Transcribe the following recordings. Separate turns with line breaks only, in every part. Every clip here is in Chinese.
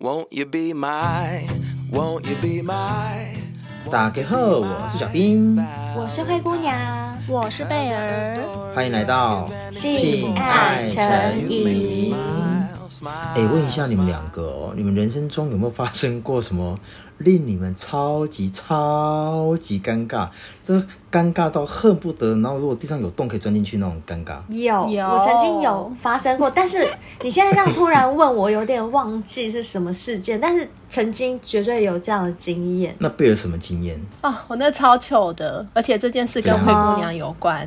Won't you be my? Won't you be my?
大家好，我是小冰，
我是灰姑娘，
我是贝儿，
欢迎来到
性爱成瘾。
哎、问一下你们两个哦，你们人生中有没有发生过什么令你们超级超级尴尬，这尴尬到恨不得，然后如果地上有洞可以钻进去那种尴尬？
有，
有
我曾经有发生过，但是你现在这样突然问我，有点忘记是什么事件，但是曾经绝对有这样的经验。
那贝尔什么经验？
哦，我那超糗的，而且这件事跟
怎样
灰姑娘有关。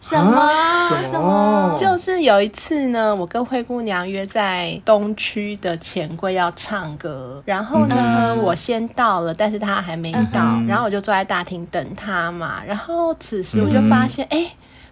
什么？
啊什么？
就是有一次呢，我跟灰姑娘约在东区的钱柜要唱歌，然后呢，我先到了，但是她还没到，然后我就坐在大厅等她嘛。然后此时我就发现，哎、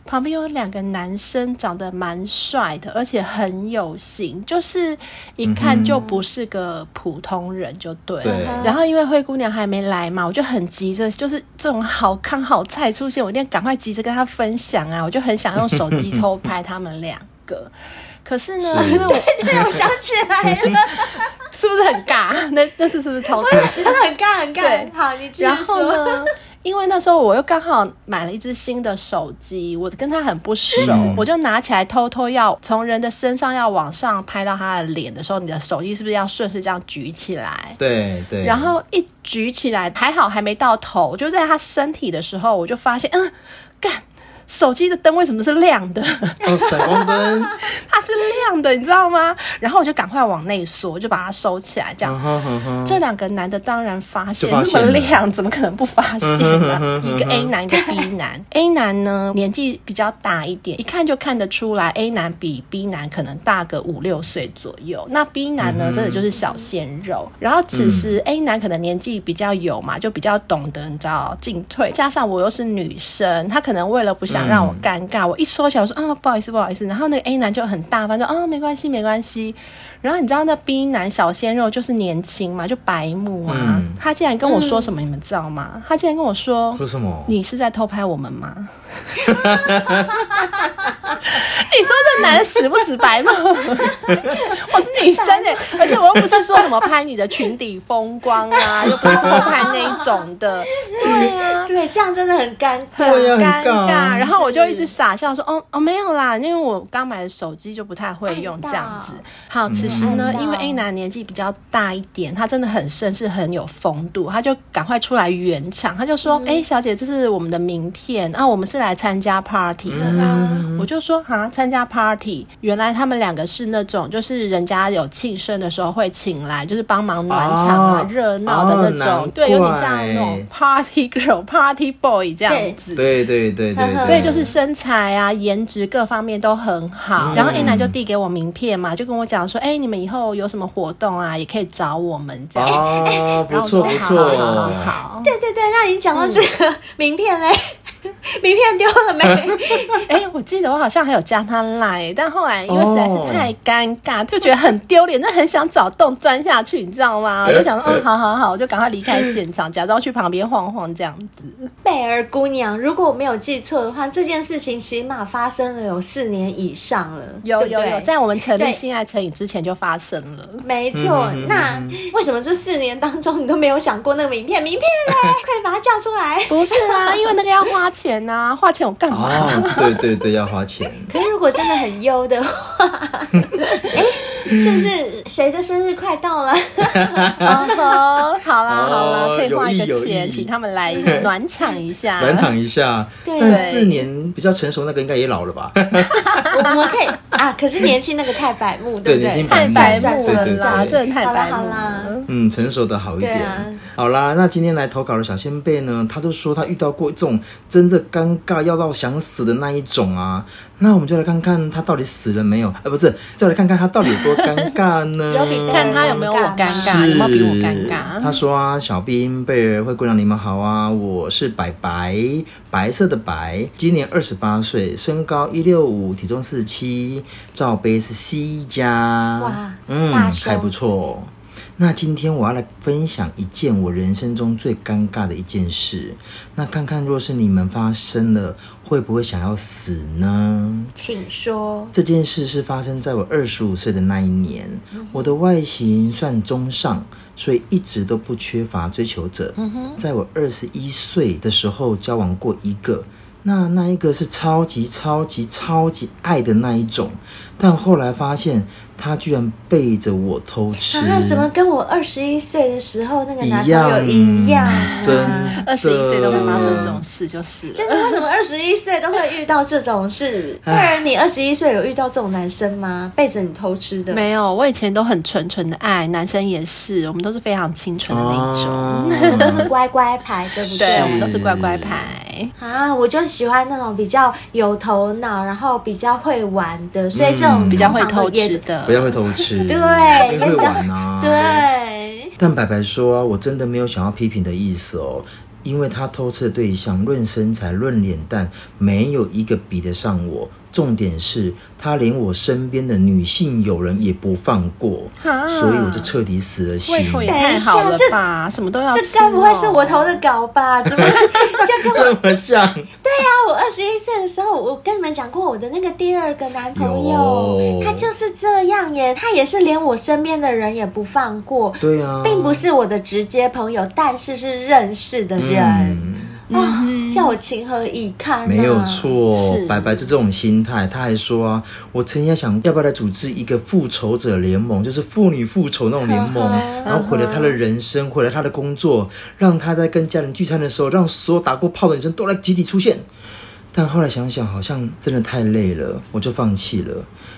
旁边有两个男生长得蛮帅的，而且很有型，就是一看就不是个普通人，就对了。
对
然后因为灰姑娘还没来嘛，我就很急着，就是这种好看好菜出现，我一定要赶快急着跟她分享啊！我就很想用手机偷拍他们两个。可是呢，
是
因为我
对，我想起来了，
是不是很尬？那那次是不是超尬？
很尬很
对
尬。好，你继
然
续
后
说。
呢， 因为那时候我又刚好买了一只新的手机，我跟他很不熟，
嗯
我就拿起来偷偷要从人的身上要往上拍到他的脸的时候，你的手机是不是要顺势这样举起来？
对对，
然后一举起来，还好还没到头，就在他身体的时候，我就发现，嗯，干，手机的灯为什么是亮的？
哦，闪光灯，
它是亮的，你知道吗？然后我就赶快往内缩，就把它收起来，这
嗯
样。这两个男的当然发现
嗯就发
那
现
么
了嗯
亮，怎么可能不发现呢？一个 A 男，一个 B 男。A 男呢年纪比较大一点，一看就看得出来，A 男比 B 男可能大个五六岁左右。那 B 男
嗯
呢，真的就是小鲜肉。然后此时 A 男可能年纪比较有嘛，就比较懂得你知道进退，加上我又是女生，他可能为了不想让
嗯
我尴尬，我一收起来我说啊不好意思不好意思，然后那个 A 男就很大方说啊没关系没关系，然后你知道那 B 男小鲜肉就是年轻嘛，就白目啊，
嗯
他竟然跟我说什么，你们知道吗？他竟然跟我说
说什么？
你是在偷拍我们吗？ 你说这男的死不死白吗？ 我是女生哎、而且我又不是说什么拍你的裙底风光啊，又不是偷拍那一种的，对啊。
对，这样真的很尴尬。
对呀、很尬。
尴尬，然后我就一直傻笑说：“哦哦，没有啦，因为我刚买的手机就不太会用
按到
这样子。”好，
嗯
此时呢
按，到
因为 A 男年纪比较大一点，他真的很绅士，很有风度，他就赶快出来圆场，他就说：“
嗯
哎、小姐，这是我们的名片啊，我们是来参加 party 的
嗯
啦。我就说：“啊，参加 party，原来他们两个是那种，就是人家有庆生的时候会请来，就是帮忙暖场啊
哦、
热闹的那
哦
种，对，有点像
难怪
那种 party girl、party boy 这样子。”
对对对对对，
所以就是身材啊、颜值各方面都很好。然后 A 男就递给我名片嘛，就跟我讲说：“哎、你们以后有什么活动啊，也可以找我们这样。
啊，
然
不
后
错
我
不
说：“
错，
好好好好。
对对对，那你讲到这个名片嘞， 名片丢了没？
哎、我记得我好像还有加他 line，但后来因为
哦
实在是太尴尬，就觉得很丢脸，那很想找洞钻下去，你知道吗？我就想说，嗯，好好好，我就赶快离开现场，假装去旁边晃晃这样子。
贝尔姑娘，如果我没有记错的话，这件事情起码发生了有四年以上了，
有
对不
有
对
有，在我们成立
对
性爱成瘾之前就发生了。
没
嗯
错，那为什么这四年当中你都没有想过那个名片？名片嘞， 快点把它叫出来！
不是啊，因为那个要花钱呐、花钱我干 嘛？
哦，对对对，要花 钱。
可是如果真的很优的话，哎，是不是谁的生日快到 了？
哦，好啦好
哦
啦，可以花一
有意
个
有
钱
意
请他们来暖场一下。
暖场一下，
对
但四年比较成熟那个应该也老了 吧？
我我们可以啊，可是年轻那个太白目，
对
不
年轻
对？
太白目
对
了
对
啦，
对
真的太
好啦
白
好
目
啦
了。
嗯，成熟的好一点。
对啊？
好啦，那今天来投稿的小先辈呢，他就说他遇到过这种真的尴尬要到想死的那一种啊。那我们就来看看他到底死了没有？呃，不是，再来看看他到底有多尴尬呢
有比
看他有没有我尴尬，有没有比我尴
是他
尬？
说啊，小兵贝尔灰姑娘你们好啊，我是白白，白色的白，今年二十八岁，身高一六五，体重四七，罩杯是 C 加，
哇
嗯，
大胸
还不错。那今天我要来分享一件我人生中最尴尬的一件事，那看看若是你们发生了，会不会想要死呢？
请说。
这件事是发生在我二十五岁的那一年，我的外形算中上，所以一直都不缺乏追求者。在我二十一岁的时候，交往过一个。那那一个是超级超级超级爱的那一种，但后来发现他居然背着我偷吃，
啊，怎么跟我二十一岁的时候那个男
一
朋友
样？
一样啊？
真
二十一岁都会
的
发生这种事，就是了
真的，为什么二十一岁都会遇到这种事？不然你二十一岁有遇到这种男生吗？背着你偷吃的？
没有，我以前都很纯纯的爱，男生也是，我们都是非常清纯的那一种。
啊
都 是乖乖牌，对不
哦对，嗯
对
我？们都是乖乖牌。
啊，我就喜欢那种比较有头脑，然后比较会玩的，所以这种
嗯
比较会
通常
偷
都也
吃的
不。要会偷吃，因
对
为会玩啊，
对，
但白白说啊，我真的没有想要批评的意思哦，因为他偷吃的对象，论身材、论脸蛋，没有一个比得上我。重点是，他连我身边的女性友人也不放过，
哈
所以我就彻底死了心
胃。口也
等一
太
下
好了
这
吧，什么都要吃、哦。
这该不会是我投的稿吧？怎么 就跟我
这么像，
我二十一岁的时候，我跟你们讲过我的那个第二个男朋友
有，
他就是这样耶，他也是连我身边的人也不放过，
对啊，
并不是我的直接朋友，但是是认识的人
嗯，
啊、叫我情何以堪、啊？
没有。错
是，
白白就这种心态，他还说啊，我曾经想要不要来组织一个复仇者联盟，就是妇女复仇那种联盟，然后毁了他的人生，毁了他的工作，让他在跟家人聚餐的时候，让所有打过炮的女生都来集体出现。但后来想想，好像真的太累了，我就放弃了。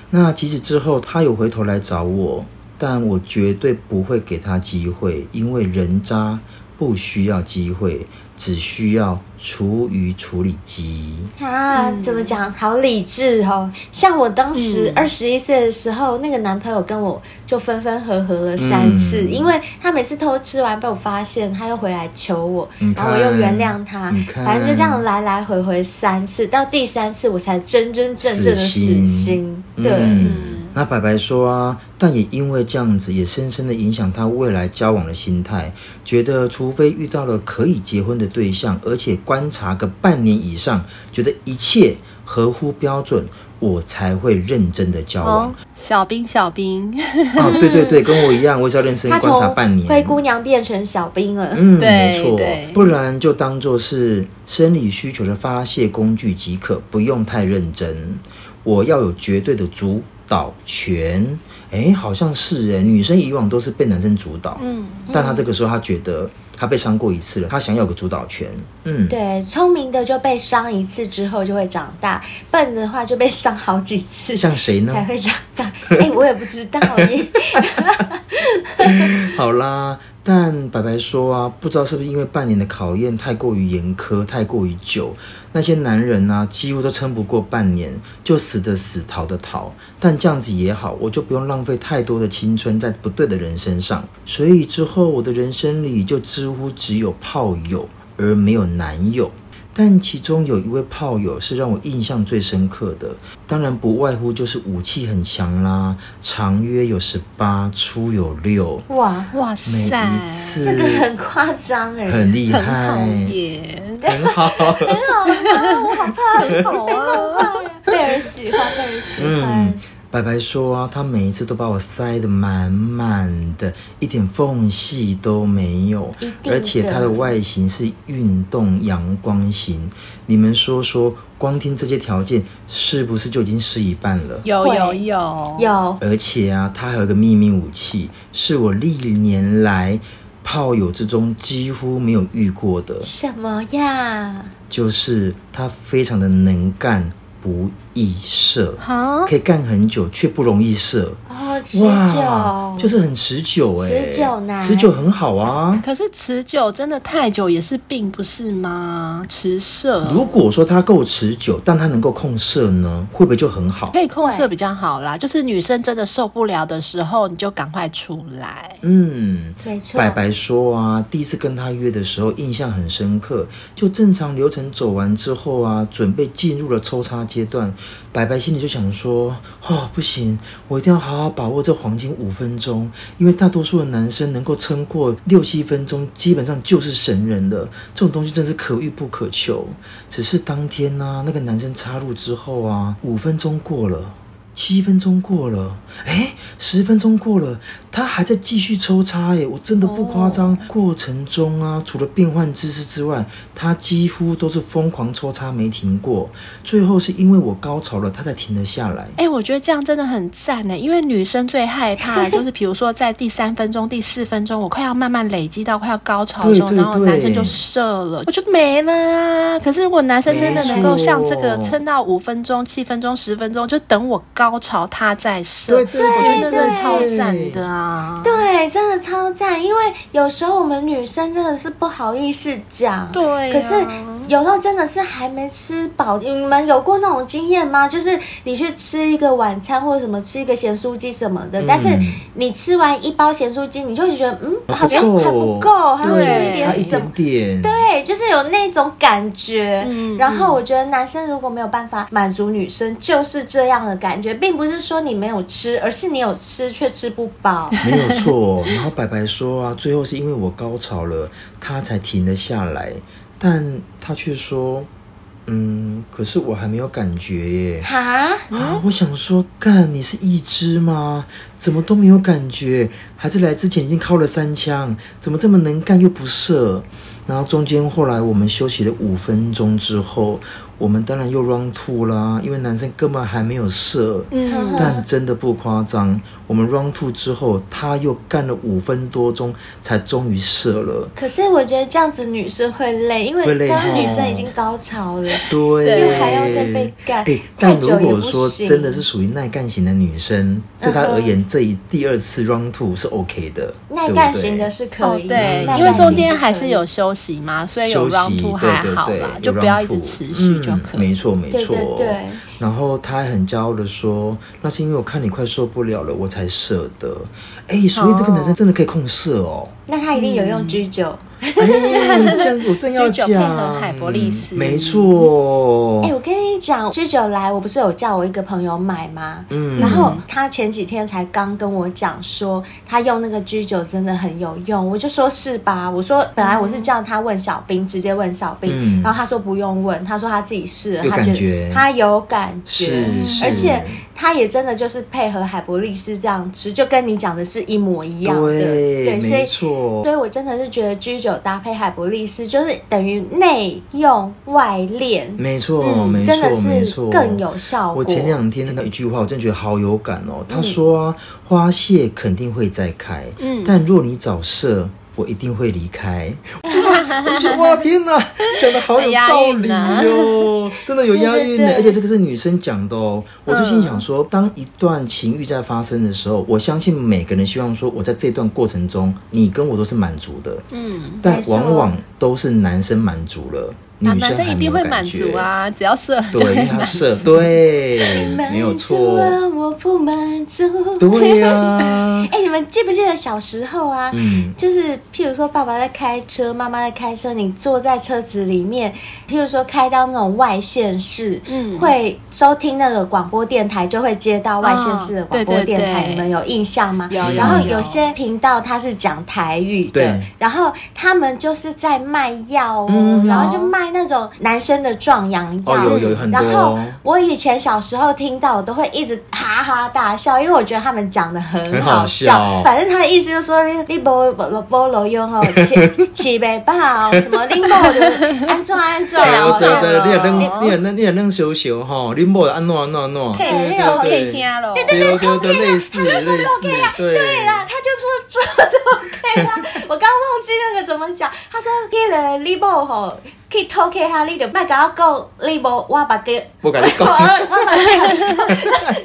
那即使之后他有回头来找我，但我绝对不会给他机会，因为人渣不需要机会，只需要厨余处理机。
啊，怎么
嗯
讲？好理智哦！像我当时
嗯
二十一岁的时候，那个男朋友跟我就分分合合了三次，
嗯
因为他每次偷吃完被我发现，他又回来求我
你，
然
看
后我又原谅他
嗯你，看
反正就这样来来回回三次，到第三次我才真真正正的死
死
心
心。
对，
嗯，那白白说啊，但也因为这样子，也深深的影响他未来交往的心态，觉得除非遇到了可以结婚的对象，而且观察个半年以上，觉得一切合乎标准，我才会认真的交往
哦。，小兵小兵，
啊，对对对，跟我一样，我也是要认真
他
观察
从
半年。
灰姑娘变成小兵了。
嗯，
对
没错
对，
不然就当做是生理需求的发泄工具即可，不用太认真。我要有绝对的主导权。诶，好像是诶，女生以往都是被男生主导，嗯，但她这个时候她觉得她被伤过一次了，她想要有个主导权，嗯，
对，聪明的就被伤一次之后就会长大，笨的话就被伤好几次。
像谁呢？
才会长大。哎、我也不知道耶。
好啦，但白白说啊，不知道是不是因为半年的考验太过于严苛，太过于久，那些男人呢、几乎都撑不过半年，就死的死，逃的逃。但这样子也好，我就不用浪费太多的青春在不对的人身上。所以之后我的人生里就几乎只有炮友，而没有男友。但其中有一位炮友是让我印象最深刻的，当然不外乎就是武器很强啦，长约有十八，粗有六，
哇，
哇
每
塞，
一次
这个很夸张哎。
很厉
很好
害，
耶，
很好。
很好啊。
被人喜欢，被人喜欢
嗯，，白白说啊，他每一次都把我塞得满满的，一点缝隙都没有
一定，的
而且他的外形是运动阳光型。你们说说，光听这些条件，是不是就已经失一半了？
有
会
有有，
有
而且啊，他还有个秘密武器，是我历年来炮友之中几乎没有遇过的。
什么呀？
就是他非常的能干，不易射，
哈，
可以干很久却不容易射。
哦，持久
哇，就是很持久哎、
持久男
持久很好啊。
可是持久真的太久也是病，不是吗？持
如
射
果说他够持久，但他能够控射呢，会不会就很好
可？以控射比较好啦，就是女生真的受不了的时候，你就赶快出来。
嗯，
没错。
白白说啊，第一次跟他约的时候印象很深刻，就正常流程走完之后啊，准备进入了抽插阶段，白白心里就想说，哦，不行，我一定要好好把握这黄金五分钟，因为大多数的男生能够撑过六七分钟，基本上就是神人了。这种东西真是可遇不可求。只是当天呢、那个男生插入之后啊，五分钟过了。七分钟过了，哎，十分钟过了，他还在继续抽插耶！我真的不夸张。过程中啊，除了变换姿势之外，他几乎都是疯狂抽插没停过。最后是因为我高潮了，他才停了下来。
哎、我觉得这样真的很赞呢，因为女生最 害怕就是，比如说在第三分钟、第四分钟，我快要慢慢累积到快要高潮的时候，
对对
然后男生
对
就射了，我就没了啊。可是如果男生真的能够像这个
没错
撑到五分钟、七分钟、十分钟，就等我高潮他再射，
对对
我觉
对
得真的
对
超赞的啊。
对，真的超赞，因为有时候我们女生真的是不好意思讲，
对啊
可是有时候真的是还没吃饱，你们有过那种经验吗？就是你去吃一个晚餐或者什么，吃一个咸酥鸡什么的，但是你吃完一包咸酥鸡，你就会觉得嗯，好像还不够，还要
对
做一点
差一
什么
点。点。
对，就是有那种感觉。然后我觉得男生如果没有办法满足女生，就是这样的感觉，并不是说你没有吃，而是你有吃却吃不饱。
没有错。然后白白说啊，最后是因为我高潮了，他才停了下来，但他却说，嗯，可是我还没有感觉耶。
哈，
啊！我想说，干，你是一只吗？怎么都没有感觉？还是来之前已经敲了三枪，怎么这么能干又不射？然后中间后来我们休息了五分钟之后，我们当然又 round two 啦，因为男生根本还没有射。
嗯，
但真的不夸张，我们 round two 之后，他又干了五分多钟，才终于射了。
可是我觉得这样子女生会累，因为
会累哦
刚刚
吼
女生已经高潮了。
对，
又还要再被干
哎
太
但
久
如
也
果
不
说
行嗯
真的是属于耐干型的女生，对她而言，这一第二次 round two 是 OK 的，
耐干
对
型的
不对
是可
哦
以，
对
耐，
因为
干型
中
的
间
是
还
可
是
以
有休息嘛，所以有
休
round
息，
two
对
还
对
好
对
啦，
有
就不要
round
一直
two
持续就可以。
嗯没错没
对
错
对对
然后他还很骄傲的说：“那是因为我看你快受不了了，我才射的。”
哦
哎，所以这个男生真的可以控射 哦。
那他一定有用居酒。
哎，这样我正要
居
讲，
酒配合海博利斯
没错嗯
哎、，我跟你讲，居酒来，我不是有叫我一个朋友买吗？嗯，然后他前几天才刚跟我讲说，他用那个居酒真的很有用，我就说是吧？我说本来我是叫他问小兵，直接问小兵，
嗯
然后他说不用问，他说他自己试了，
有
他
感
觉
觉
他有感觉，
是是，
而且他也真的就是配合海博利斯这样吃，就跟你讲的是一模一样的，
对
对，所以
没错
所以我真的是觉得 G 九搭配海博利斯，就是等于内用外练，
没错，
嗯
没错
真，的
没
是
错，
更有效果。
我前两天听到一句话，我真觉得好有感
嗯
哦。他说啊，花谢肯定会再开，
嗯
但若你早射，我一定会离开。我就哇我就觉得哇天哪，讲的好有道理
押
哟、真的有押韵
对
呢。
对对
而且这个是女生讲的哦。我就心想说，当一段情欲在发生的时候，我相信每个人希望说，我在这段过程中，你跟我都是满足的，
嗯，
但
没错
往往都是男生满足了。女
啊
生
男生一
还没
定
有
会
感
满
觉
足啊，只要射
对，
就
因
会
为
满
他
足。
射，对，没有
满足
错，
了我不满足。
对呀、
哎、你们记不记得小时候啊？
嗯
就是譬如说，爸爸在开车，妈妈在开车，你坐在车子里面，譬如说开到那种外县市，
嗯
会收听那个广播电台，就会接到外县市的广播电台，
哦对对对
你们有印象吗？
有有
然后
有
有些频道它是讲台语的
对，
然后他们就是在卖药哦，
嗯
然后就卖那种男生的壮阳药，
哦有有很多哦
然后我以前小时候听到，我都会一直哈哈大笑，因为我觉得他们讲的很好笑。
很好笑
反正他的意思就是说，你你不不不不楼用哦，起起袂饱，什么拎某的安怎安怎
哎
哦
呦，真的，
对
你也能，
哦
你也能，你也能羞羞哈，你莫安诺安诺安诺，
配
对
合
对
配听啊咯，
对对对对，类 似类似，对
啊对啦，他就说做都 OK 啦。我刚忘记那个怎么讲，他说迄个你某吼，去偷看哈，你就别甲我讲你某，我把给。
不敢
我
讲，
我把对对对，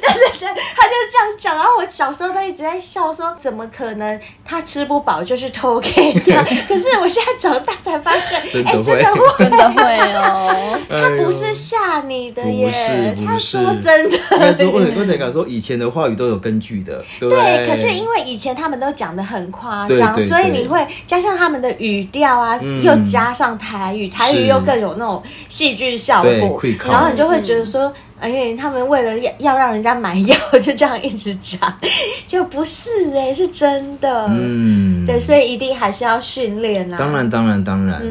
他就这样讲，然后我小时候都一直在笑说，怎么可能他吃不饱就是偷 K 呀？可是我现在长大才发 现，哎，
真
真
的
的
会
真
会，
的会 哦。
他不是吓你的
不是
耶，他
不是
说，真
应该说，
的。
我我才敢说，以前的话语都有根据的，对不
对，可是因为以前他们都讲的很夸张，
对对
所以
对
你会加上他们的语调啊，
嗯
又加上台语，台
是
语又更有那种戏剧效
对
果
会，考
然后你就会觉得说，因为他们为了要要让人家买药，就这样一直讲， 就不是哎、是真的。
嗯，
对，所以一定还是要训练啊。嗯
当然，当然，当然。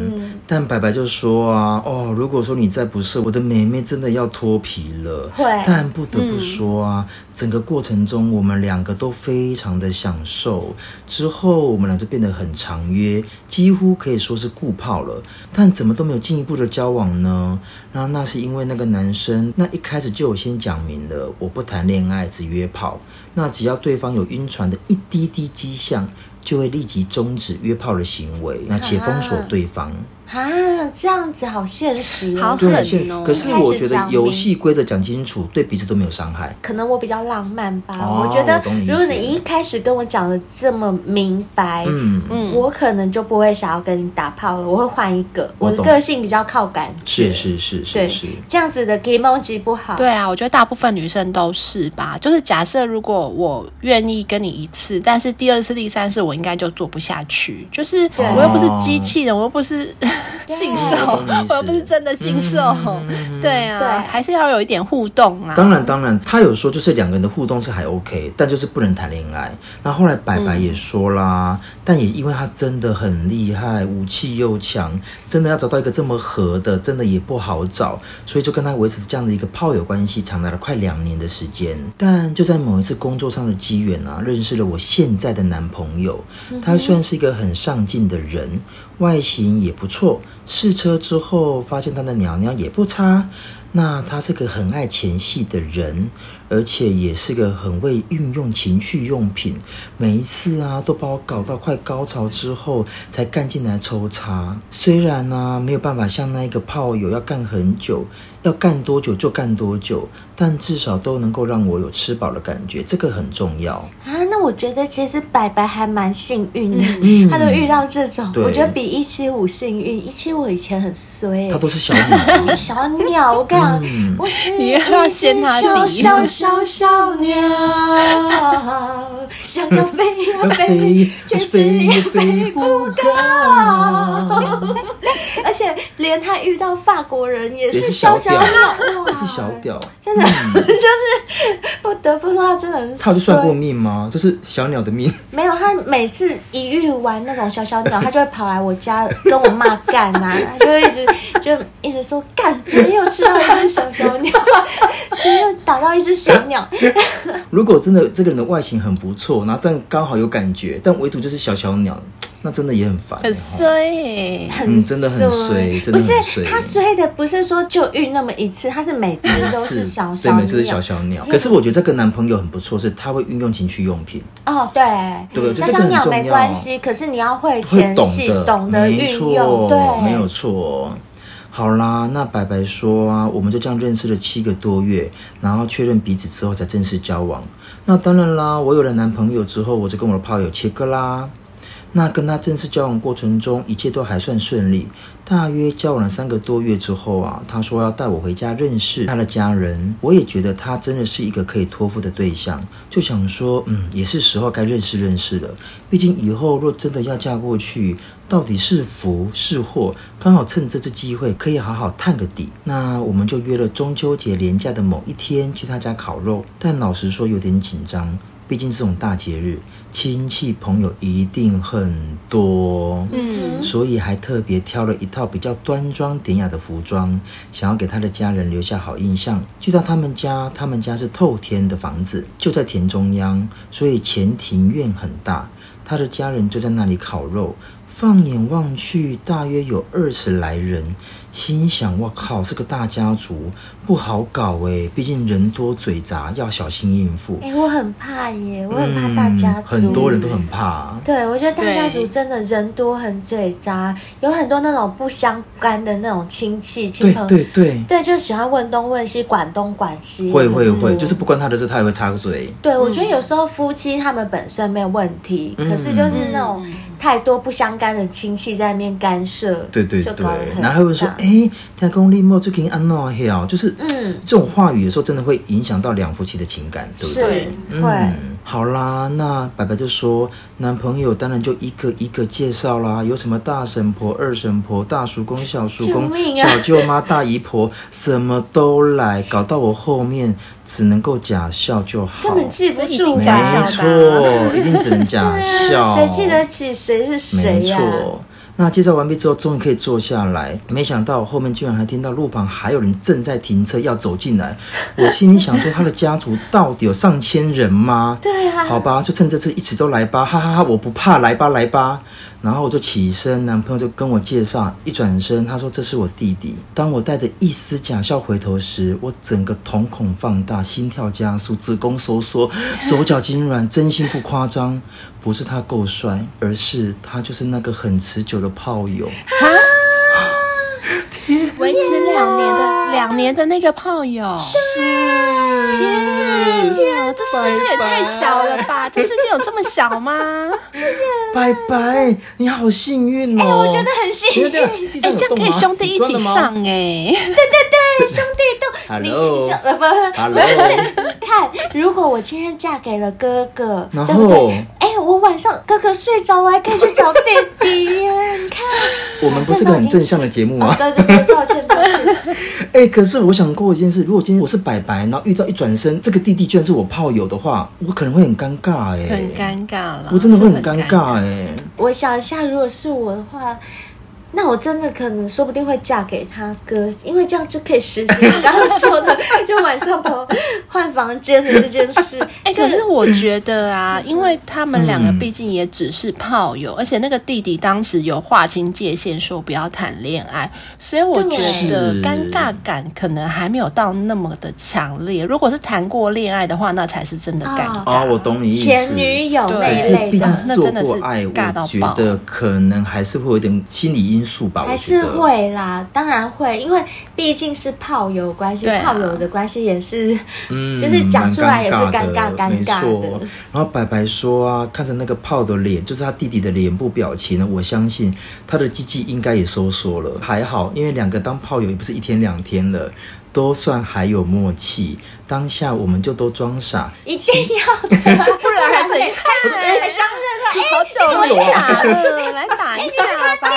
但白白就说啊，哦，如果说你再不射，我的妹妹真的要脱皮了。
会嗯
但不得不说啊，整个过程中我们两个都非常的享受。之后我们俩就变得很常约，几乎可以说是固炮了。但怎么都没有进一步的交往呢？然后那是因为那个男生，那一开始就有先讲明了，我不谈恋爱，只约炮。那只要对方有晕船的一滴滴迹象，就会立即终止约炮的行为，那且封锁对方。
啊，这样子好现实、哦。
好
对，
狠
现
哦
可是我觉得游戏规则讲清楚，对彼此都没有伤害。
可能我比较浪漫吧，
哦
我觉得
我懂你意思
如果你一开始跟我讲的这么明白，
嗯，
我可能就不会想要跟你打炮了，我会换一个。
我
我
懂
的个性比较靠感
是
觉，
是是是
对
是，，
这样子的 emoji 不好。
对啊，我觉得大部分女生都是吧。就是假设如果我愿意跟你一次，但是第二次、第三次我应该就做不下去。就是我又不是机器人，我又不 是性兽
我懂你意思，
我又不是真的性兽。对啊，
对
还是要有一点互动啊。
当然，当然，他有说就是两个人的互动是还 OK，但就是不能谈恋爱。那后来白白也说啦，但也因为他真的很厉害，武器又强，真的要找到一个这么合的，真的也不好找，所以就跟他维持这样的一个炮友关系，长达了快两年的时间。但就在某一次工作上的机缘啊，认识了我现在的男朋友，他算是一个很上进的人，外形也不错。试车之后发现他的娘娘也不差。那他是个很爱前戏的人，而且也是个很会运用情趣用品。每一次啊，都把我搞到快高潮之后才干进来抽插。虽然呢、没有办法像那一个炮友要干很久，要干多久就干多久，但至少都能够让我有吃饱的感觉，这个很重要。
啊，那我觉得其实白白还蛮幸运的，他都遇到这种，
嗯对
我觉得比一七五幸运。一七五以前很衰、。
他都是小鸟
小鸟，我跟你讲，
嗯
我是
你
一
又
只
要掀他
小
底
小小小鸟，想要飞呀
要
飞
飞，，
却
飞
飞呀
也飞
飞
不
不
高，
而且连他遇到法国人也
也是
是
小
小
屌
鸟，哇
是小屌。
真的、 就是不得不说他真的很
他有去算过
衰
命吗？就是小鸟的命。
没有，他每次一遇完那种小小鸟，他就会跑来我家跟我骂干呐、 他就会一直就一直说干，昨天又吃到一只小小鸟，昨天又打到一只小鸟，
如果真的这个人的外形很不错，然后这样刚好有感觉，但唯独就是小小鸟，那真的也很烦。
很
哦
衰耶、
嗯
很
真的很衰真的
不
很
是
衰
他衰的，不是说就遇那么一次，他是每只都是小小
对，
鸟，
每次是小小鸟。可是我觉得这个男朋友很不错，是他会运用情趣用品，
哦，对，
对这
小
个
小
很
鸟
重
没
要
关系，可是你要会
会
前
懂
戏，
的，
懂得
没
运
错，
用，对，
没有错。好啦，那白白说啊，我们就这样认识了七个多月，然后确认彼此之后才正式交往。那当然啦，我有了男朋友之后，我就跟我的炮友切割啦。那跟他正式交往过程中，一切都还算顺利。大约交往了三个多月之后啊，他说要带我回家认识他的家人。我也觉得他真的是一个可以托付的对象，就想说，嗯，也是时候该认识认识了。毕竟以后若真的要嫁过去，到底是福是祸，刚好趁这次机会可以好好探个底。那我们就约了中秋节连假的某一天去他家烤肉，但老实说有点紧张。毕竟这种大节日，亲戚朋友一定很多，嗯，所以还特别挑了一套比较端庄典雅的服装，想要给他的家人留下好印象。去到他们家，他们家是透天的房子，就在田中央，所以前庭院很大，他的家人就在那里烤肉。放眼望去，大约有二十来人，心想：我靠，这个大家族不好搞诶，毕竟人多嘴杂，要小心应付。
哎、我很怕耶，我很怕大家
嗯
族，
很多人都很怕。
对，我觉得大家族
对
真的人多很嘴杂，有很多那种不相干的那种亲戚亲
对
朋，
对对，
对就喜欢问东问西，管东管西，
会会会，就是不关他的事，他也会插嘴。
对，我觉得有时候夫妻他们本身没有问题，
嗯
可是就是那种太多不相干的亲戚在那边干涉，
对对
就
对
搞得，很
然后还会说
大：“
哎、哎，他公立莫最近安诺哦，就是
嗯
这种话语有时候真的会影响到两夫妻的情感，对不
是
对？
会。
嗯，好啦，那白白就说男朋友当然就一个一个介绍啦，有什么大婶婆、二婶婆、大叔公、小叔公、
救命啊
小舅妈、大姨婆，什么都来，搞到我后面只能够假笑就好，
根本记不
这一
住
定
吧，
假
没
笑
错，一定只能 假笑，
谁记得起谁是谁
没
呀、
错。那介绍完毕之后，终于可以坐下来。没想到后面居然还听到路旁还有人正在停车要走进来。我心里想说，他的家族到底有上千人吗？
对啊
好吧，就趁这次一起都来吧，哈哈哈！我不怕，来吧，来吧。然后我就起身，男朋友就跟我介绍，一转身他说这是我弟弟。当我带着一丝假笑回头时，我整个瞳孔放大，心跳加速，子宫收缩，手脚痉挛，真心不夸张，不是他够帅，而是他就是那个很持久的炮友。
维持两年的两年的那个炮友，
是，
天啊，这世界也太小了吧？这世界有这么小 吗？
拜拜，你好幸运哦！哎，我
我觉得 很幸运，对
运，
哎、这样可
啊
以兄弟一起上哎、
对对，兄弟都你
Hello
你这呃不
Hello
不是 看，如果我今天嫁给了哥哥，
然
对不
后
对？哎，我晚上哥哥睡着，我还可以去找弟弟耶，你看。
我们不是个很正向的节目啊
哦
吗？
对对对，抱歉抱歉，
哎、可是我想过一件事，如果今天我是白白，然后遇到一转身，这个弟弟居然是我炮友的话，我可能会很尴尬哎、
很尴尬了，
我真的会很
是
尴
尬
尬哎、
我想一下，如果是我的话。那我真的可能说不定会嫁给他哥，因为这样就可以实现我刚刚说的，就晚上跑换房间的这件事。
哎、可是我觉得啊，因为他们两
嗯
个毕竟也只是炮友，而且那个弟弟当时有划清界限，说不要谈恋爱，所以我觉得
对
尴尬感可能还没有到那么的强烈。如果是谈过恋爱的话，那才是真的尴尬。
啊，我懂你意思。
前女友
对
那
可
一
是
类
毕
的
竟，
那
做
真的是
过爱，我
尬到
觉
爆
得可能还是会有点心理因素吧。我
还
觉
是
得
会啦，当然会，因为毕竟是炮友关系，
对啊
炮友的关系也是，
嗯
就是讲出来也是
蛮
尴尬
的
尴尬
没
的
错。然后白白说啊，看着那个炮的脸，就是他弟弟的脸部表情呢，我相信他的鸡鸡应该也收缩了。还好，因为两个当炮友也不是一天两天了，都算还有默契。当下我们就都装傻，
一定 要的，不然
还怎样
开始很伤人 了。
哎好久没打了，来打一下吧。
哎，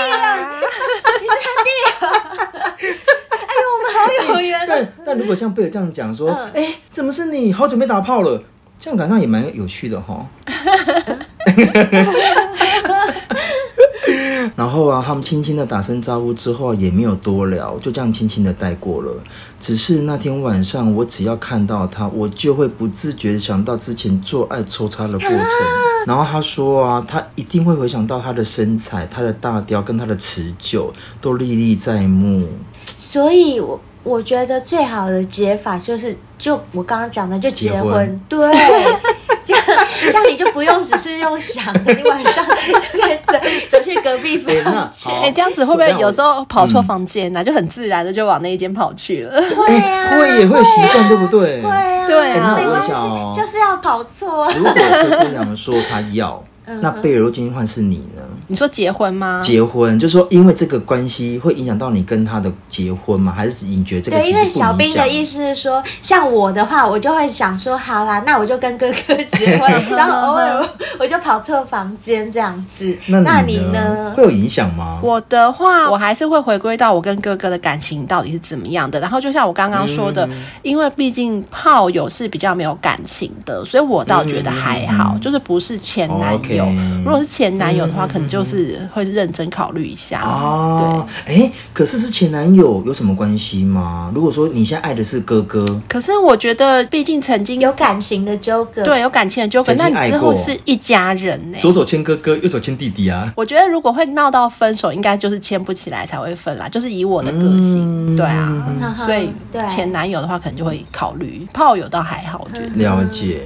我们好有缘啊！
但但如果像贝尔这样讲说，
嗯
哎、怎么是你？好久没打炮了，这样感上也蛮有趣的 哈。然后啊，他们轻轻的打声招呼之后，啊也没有多聊，就这样轻轻的带过了。只是那天晚上，我只要看到他，我就会不自觉地想到之前做爱抽插的过程。然后他说啊，他一定会回想到他的身材、他的大雕跟他的持久，都历历在 目。
所以我，我觉得最好的解法就是，就我刚刚讲的，就结
结婚
对，这样这样你就不用只是用想的，你晚上就可以走走去隔壁
哎那
房
好
间。
哎、这样子会不会
那我嗯
有时候跑错房间呢、就很自然的就往那一间跑去了。
对啊，
哎会也会有习惯，对不对？
对啊，
对啊
没
那我
关
想哦
系，就是要跑错啊。
如果灰姑娘说她 要，
嗯
那贝尔今天换是你呢？
你说结婚吗？
结婚就是说，因为这个关系会影响到你跟他的结婚吗？还是你觉 得这个
对，
其
因
实
为
不
小
影
兵
响
的意思是说，像我的话，我就会想说，好啦，那我就跟哥哥结婚，然后偶尔我就跑错房间这样子。
那
你
呢
呢？？
会有影响吗？
我的话，我还是会回归到我跟哥哥的感情到底是怎么样的。然后就像我刚刚说的，
嗯
因为毕竟炮友是比较没有感情的，所以我倒觉得还
嗯
好，就是不是前男友。
哦 OK
如果是前男友的话，可能就是会认真考虑一下。
啊
对。，
哎，可是是前男友有什么关系吗？如果说你现在爱的是哥哥，
可是我觉得，毕竟曾经
有感情的纠葛，
对有感情的纠葛，
曾
那
经
你之
爱过
后是一家人呢、欸
左手牵哥哥，右手牵弟弟啊。
我觉得如果会闹到分手，应该就是牵不起来才会分啦，就是以我的个性，对啊，
嗯
所以
对
前男友的话可能就会考虑，炮友倒还好，我觉得。
了解。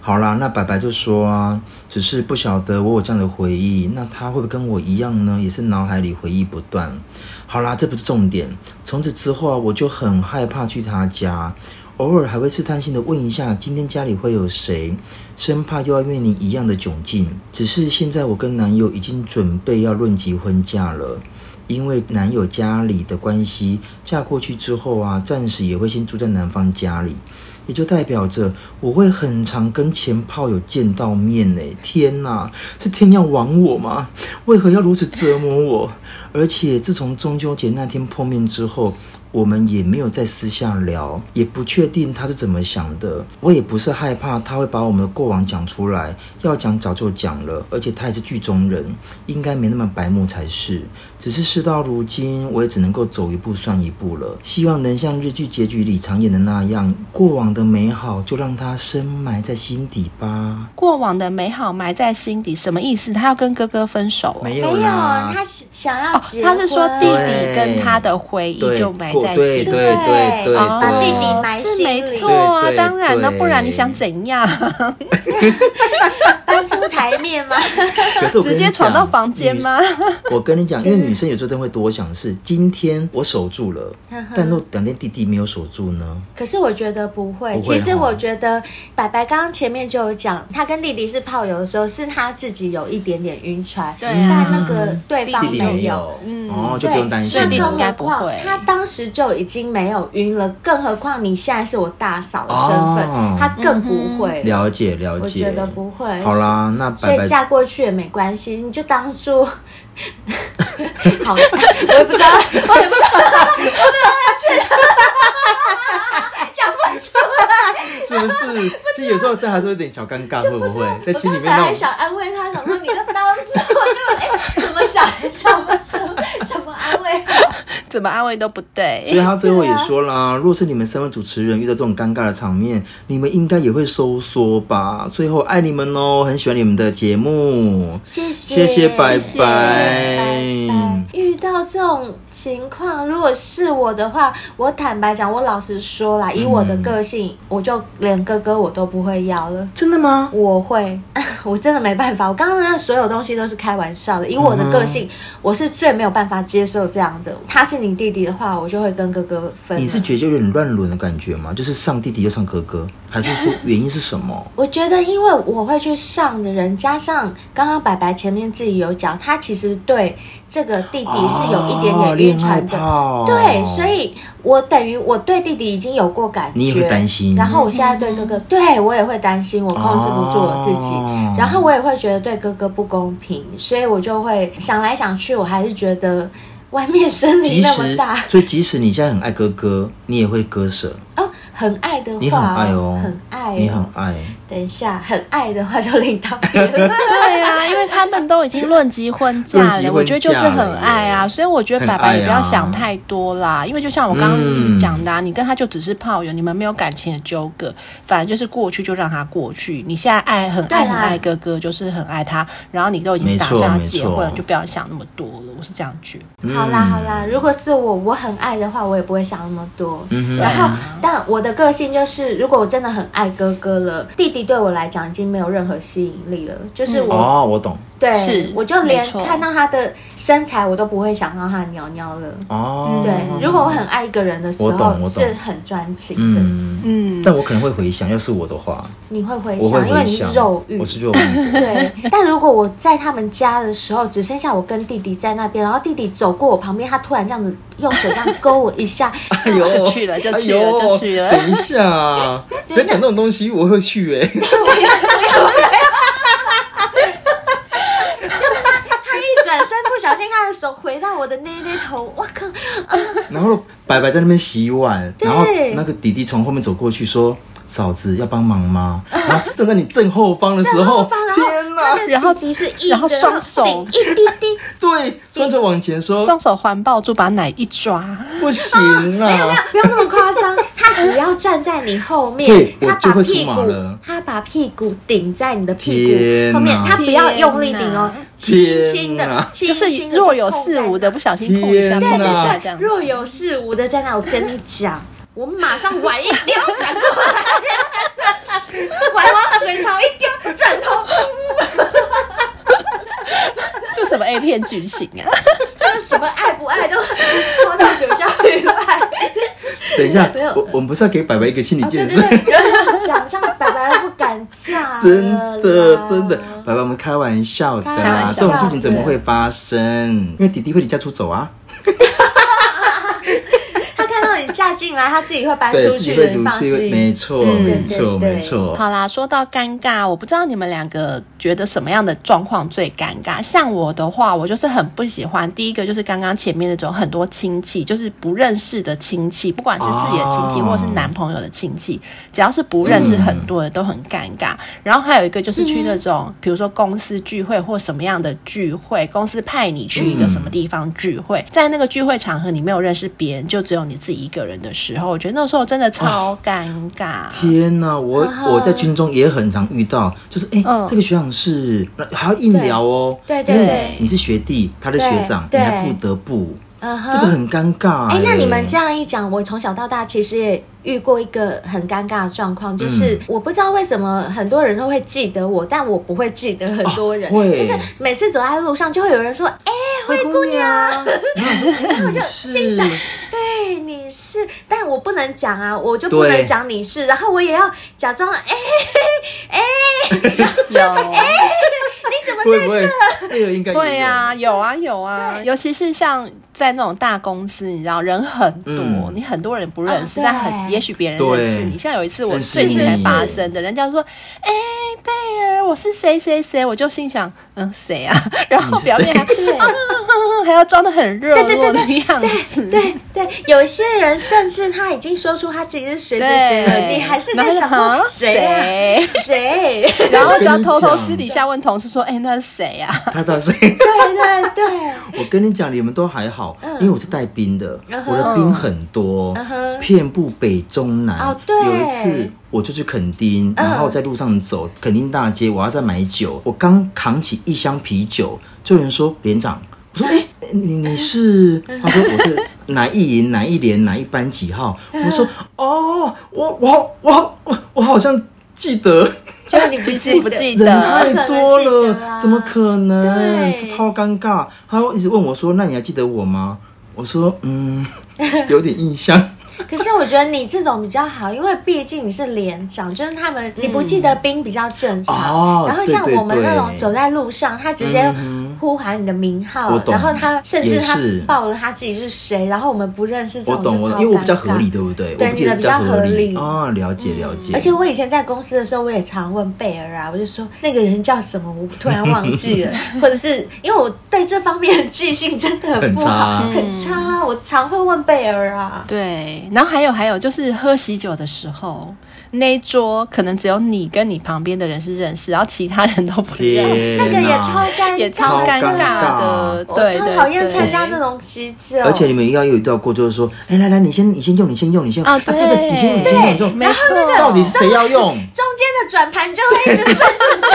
好啦，那白白就说啊，只是不晓得我有这样的回忆，那他会不会跟我一样呢？也是脑海里回忆不断。好啦，这不是重点。从此之后啊，我就很害怕去他家，偶尔还会试探性的问一下今天家里会有谁，生怕又要面临一样的窘境。只是现在我跟男友已经准备要论及婚嫁了。因为男友家里的关系，嫁过去之后啊，暂时也会先住在男方家里，也就代表着我会很常跟前炮友见到面呢。天哪，这天要亡我吗？为何要如此折磨我？而且自从中秋节那天碰面之后，我们也没有在私下聊，也不确定他是怎么想的。我也不是害怕他会把我们的过往讲出来，要讲早就讲了，而且他也是剧中人，应该没那么白目才是。只是事到如今，我也只能够走一步算一步了。希望能像日剧结局里常演的那样，过往的美好就让它深埋在心底吧。
过往的美好埋在心底，什么意思？他要跟哥哥分手、哦？
没
没
有
有，
啦，
啊他想要
哦，
结婚、
他是说弟弟跟他的回忆
对
就埋
过
在
对
心
对
里。
对对对，
哦
把弟弟埋心
是
里
没错啊
对，对
当然了，
对
不然你想怎 样？
搬出台面吗？
可是我跟
直
你
接闯
讲
到房间
女
吗？
我跟你讲，因为女生有时候真的会多想是，今天我守住了，但若两天弟弟没有守住呢？
可是我觉得不会，
不会
其实
哈
我觉得白白刚刚前面就有讲，他跟弟弟是炮友的时候，是他自己有一点点晕船，
对啊
但那个对方
嗯弟弟
没
没
有。
有，哦，就不用担心
所以
那
弟弟
更
应
了。
何
该不
况
会
他当时就已经没有晕了，更何况你现在是我大嫂的身份，
哦
他更不
嗯
会。
了解了解，
我觉得不会
好啦，那
所
拜
以
拜。
嫁过去也没关系，你就当做 好， 我也不知道，我也不知道，
是不 是？其实有时候这还是有点小尴尬，会不会在心里
我
面
本
那
来
种
想安慰他，想说你就当做，就哎、怎么想也想不出，怎么安慰好？
怎么安慰都不
所以
对。
他最后
啊
也说啦，若是你们三位主持人遇到这种尴尬的场面，你们应该也会收缩吧。最后爱你们哦，很喜欢你们的节目，
谢
谢
谢
谢拜
谢
拜。
遇到这种情况，如果是我的话，我坦白讲，我老实说
嗯
啦，以我的个性，我就连哥哥我都不会要了。
真的吗？
我会， 我真的没办法。我刚刚的所有东西都是开玩笑的，以我的个
嗯
性，我是最没有办法接受这样的。他是你弟弟的话，我就会跟哥哥分了。？
你是觉得有点乱伦的感觉吗？就是上弟弟又上哥哥，还是说原因是什么
我觉得，因为我会去上的人，加上刚刚白白前面自己有讲，他其实对这个弟弟是有一点
哦
点
啊恋
晕
爱
船的，
泡，
对，所以我等于我对弟弟已经有过感觉，
你也会担心
然后我现在对哥哥，对我也会担心，我控制不住我自己，
嗯哦
然后我也会觉得对哥哥不公平，所以我就会想来想去，我还是觉得外面森林
即
那么
使
大，
所以即使你现在很爱哥哥，你也会割舍，
哦，很爱的话，
你很爱哦，
很爱哦
你很爱，
等一下，很爱的话就另当 别论。
对啊，因为他们都已经论及婚嫁
论及
了，
婚
我觉得就是
嫁了
很爱啊，
耶
所以我觉得爸
很
爸
爱
也不要
啊
想太多啦，因为就像我刚刚一直讲的、啊，你跟他就只是炮友，你们没有感情的纠葛，反正就是过去就让他过去。你现在爱很爱
对
很
啦
爱哥哥，就是很爱他，然后你都已
没
经打
错
算要
没
结
错
婚了，就不要想那么多了。我是这样觉得。
嗯
好啦好啦，如果是我，我很爱的话，我也不会想那么多。
嗯哼
然后，但我的个性就是，如果我真的很爱哥哥了，弟弟对我来讲已经没有任何吸引力了，就是我。
哦，我懂，
对，
是
我就连
没错
看到他的身材，我都不会想到他的鸟鸟了。
哦，
对，如果我很爱一个人的时
我懂我
候，
懂
是很专情的。
嗯嗯，但我可能会回想，要是我的话，
你会回
我会
想，因为
回
你
想
是肉，欲
我，是肉欲，
对，但如果我在他们家的时候，只剩下我跟弟弟在那边，然后弟弟走过我旁边，他突然这样子用手这样勾我一下，
哎呦，
就去了就去了
哎呦
就去了
等一下，别讲这种东西，我会去哎。
他一转身不小心他的手回到我的那那头，我靠！
然后白白在那边洗碗，然后那个弟弟从后面走过去说：“嫂子要帮忙吗？”然后站在你正后方的时候，天哪！
然后
弟弟是一，
然后双手
然后顶一滴滴，
对，双手往前说
双手环抱住，把奶一抓，
不行啊，
不要那么夸张，他只要站在你后面
对，
他
我就
把
会出
屁
马
股
了，
他把屁股顶在你的屁
天
股后面
哪，
他不要用力顶哦，轻
天
轻
哪
的，轻
就
轻的
是若有似无的，不小心碰一下，碰
天
一
哪
下这样子。
若有似无的在那，我跟你讲，我马上碗一丢，转过 来，碗往水槽一丢，转头，
这什么 A 片剧情啊？
嗯什么爱不爱都 抛到九霄云外。
等一下
没有，
我我们不是要给白白一个心理
哦，对
建
对
设？
对，跟你讲这样白白不敢嫁了啦，
真的真的，爸爸我们开玩笑的
开玩
啦，这
笑
种事情怎么
的嗯
会发生？因为弟弟会离家出走啊。
他看到你嫁进来，他自己会搬
对，
出
自己
去
会
的，
组
你放
这个，
心。
没错，
嗯
没错，
对对
没
对
错。
好啦，说到尴尬，我不知道你们两个觉得什么样的状况最尴尬。像我的话，我就是很不喜欢。第一个就是刚刚前面那种很多亲戚，就是不认识的亲戚，不管是自己的亲戚
哦
或者是男朋友的亲戚，只要是不认识很多的都很尴尬。然后还有一个就是去那种，比如说公司聚会或什么样的聚会，公司派你去一个什么地方聚会，在那个聚会场合你没有认识别人，就只有你自己一个人的时候，我觉得那时候真的超尴尬。
天呐，我、
嗯
我在军中也很常遇到，就是哎、
嗯
这个学长是那还要硬聊哦，
对对
因为
对
你是学弟，他是学长，你
对
还不得不，
嗯哼
这个很尴尬、
哎、那你们
哎
这样一讲，我从小到大其实也遇过一个很尴尬的状况，
嗯
就是我不知道为什么很多人都会记得我，但我不会记得很多人，
哦会
就是每次走在路上就会有人说：“哎、
灰姑娘，然后我就
心
是
想对，哎你是。”但我不能讲啊，我就不
对
能讲你是，然后我也要假装哎、
有。
你怎么
会不会？这个应该也有
会，啊，有啊，有啊，尤其是像在那种大公司，你知道人很多，
嗯
你很多人不认识，
啊对
但很也许别人认识
对
你。像有一次我
认识
最近才
你
发生的，人家说：“哎、贝尔，我是谁谁谁。”我就心想：“嗯，谁啊？” 然后表面还啊还要装的很热络的样子，
对对，有一些人甚至他已经说出他自己是谁谁谁了，你还是
然
在
后就
想
啊
说谁啊
谁？
谁？
然后就
我
要
跟你
偷偷
讲
私底下问同事说：“哎、那是谁呀、啊
他倒是。
对对对。
我跟你讲，你们都还好，因为我是带兵的，
嗯哼
我的兵很多
嗯哼
遍布北中南。
哦对嗯
有一次我就去垦丁，然后在路上走，垦丁大街，我要再买酒，我刚扛起一箱啤酒，就有人说连长。我
嗯
说：“哎、你你是？”他说：“我 是哪一营哪一连哪一班几号？”
嗯
我说：“哦，我我我我我好像记得。”
就你其实不记
人
得，
太多了，怎
怎
么
么
可能？
对
这超尴尬。他一直问我说：“那你还记得我吗？”我说：“嗯，有点印象。
可是我觉得你这种比较好，因为毕竟你是连长，就是他们你不记得兵比较正常。
嗯哦
然后
对
像
对
我们那种
对
走在路上，他直接
嗯
呼喊你的名号
我，懂
然后他甚至
也
他
是
报了他自己是谁，然后我们不认 识”这
我懂，
种就
我
超
懂，因为我比较
尴尬
合理，对不对？
对
我不记得
你的比较
合理
合理嗯
啊，了解了解。
而且我以前在公司的时候，我也常问贝尔啊，我就说那个人叫什么，我突然忘记 了，或者是因为我对这方面的记性真的很不好，
很啊
很差，啊我常会问贝尔啊。
对，然后还有还有就是喝喜酒的时候，那一桌可能只有你跟你旁边的人是认识，然后其他人都不认识，
天
这个也
哪
超尴尬，
也超
尴
尬
尬
的。
我
对，
超
对
讨厌参
对
加那种哦喜酒，
而且你们应该有遇到过，就是说：“哎，来来，你先，你先用，你先用，你先用
哦
啊
这个
对
你先用，你先用，你先用。”
没错，
到底谁要用？
中间的转盘就会一直顺时针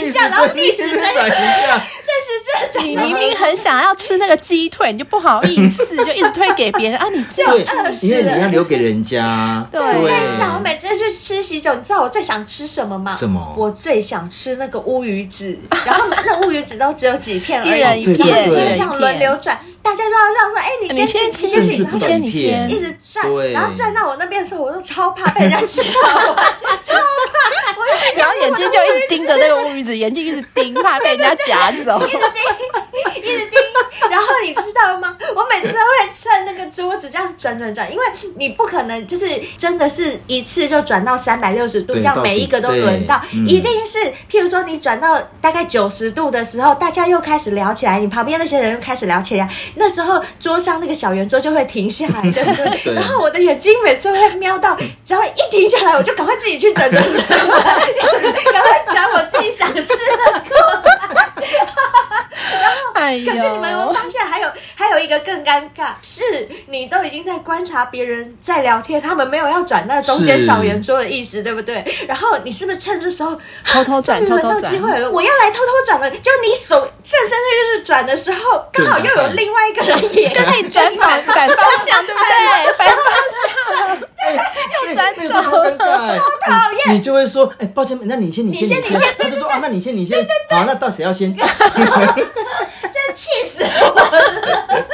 一下，然后逆时针
一直转一下，
顺时针转
你
一下。
明明很想要吃那个鸡腿，你就不好意思，就一直推给别人啊，你这样
对
吃。，
因为你要留给人家。
对
我跟你讲，我每次去吃喜酒，你知道我最想吃什么吗？
什么
我最想吃那个乌鱼子， 然后那乌鱼子都只有几片而已，
一人一片
然后就
哦对对
是
对
这样轮流转，大家都要让说，哎，你先
你先
吃，
吃，
你先
甚至不
吃，然
你
后
敢
先你先
骗
一直转
对，
然后转到我那边的时候，我都超怕被人家吃 到，超怕，我就
然后眼睛就一直盯着那个乌鱼子，眼睛一直盯，怕被人家夹 走。
一直盯。然后你知道吗？我每次都会趁那个桌子这样转转转，因为你不可能就是真的是一次就转到三百六十度，
对
这样每一个都轮到
到，底对嗯
一定是譬如说你转到大概九十度的时候，大家又开始聊起来，你旁边那些人又开始聊起来，那时候桌上那个小圆桌就会 停下来，对不对？
对
然后我的眼睛每次会瞄到，只要一停下来，我就 赶快自己去转转转，赶快转我自己想吃的
哎呦，
可是你们有没有发现，还有还有一个更尴尬，是你都已经在观察别人在聊天，他们没有要转那中间
是
小圆桌的意思，对不对？然后你是不是趁这时候
偷偷转
啊终于
偷偷
轮到
转
机会了，我要来偷偷转了。就你手正伸出去转的时候，刚好又有另外一个人也
跟那你转反反方 向，对不对？反方向，又转
哎那个
走
超尴尬欸，
讨厌
你你就会说，哎、抱歉，那你先，你先，
你先你先
他就说啊，那你先，你先，好，那到谁要先？
气死我了。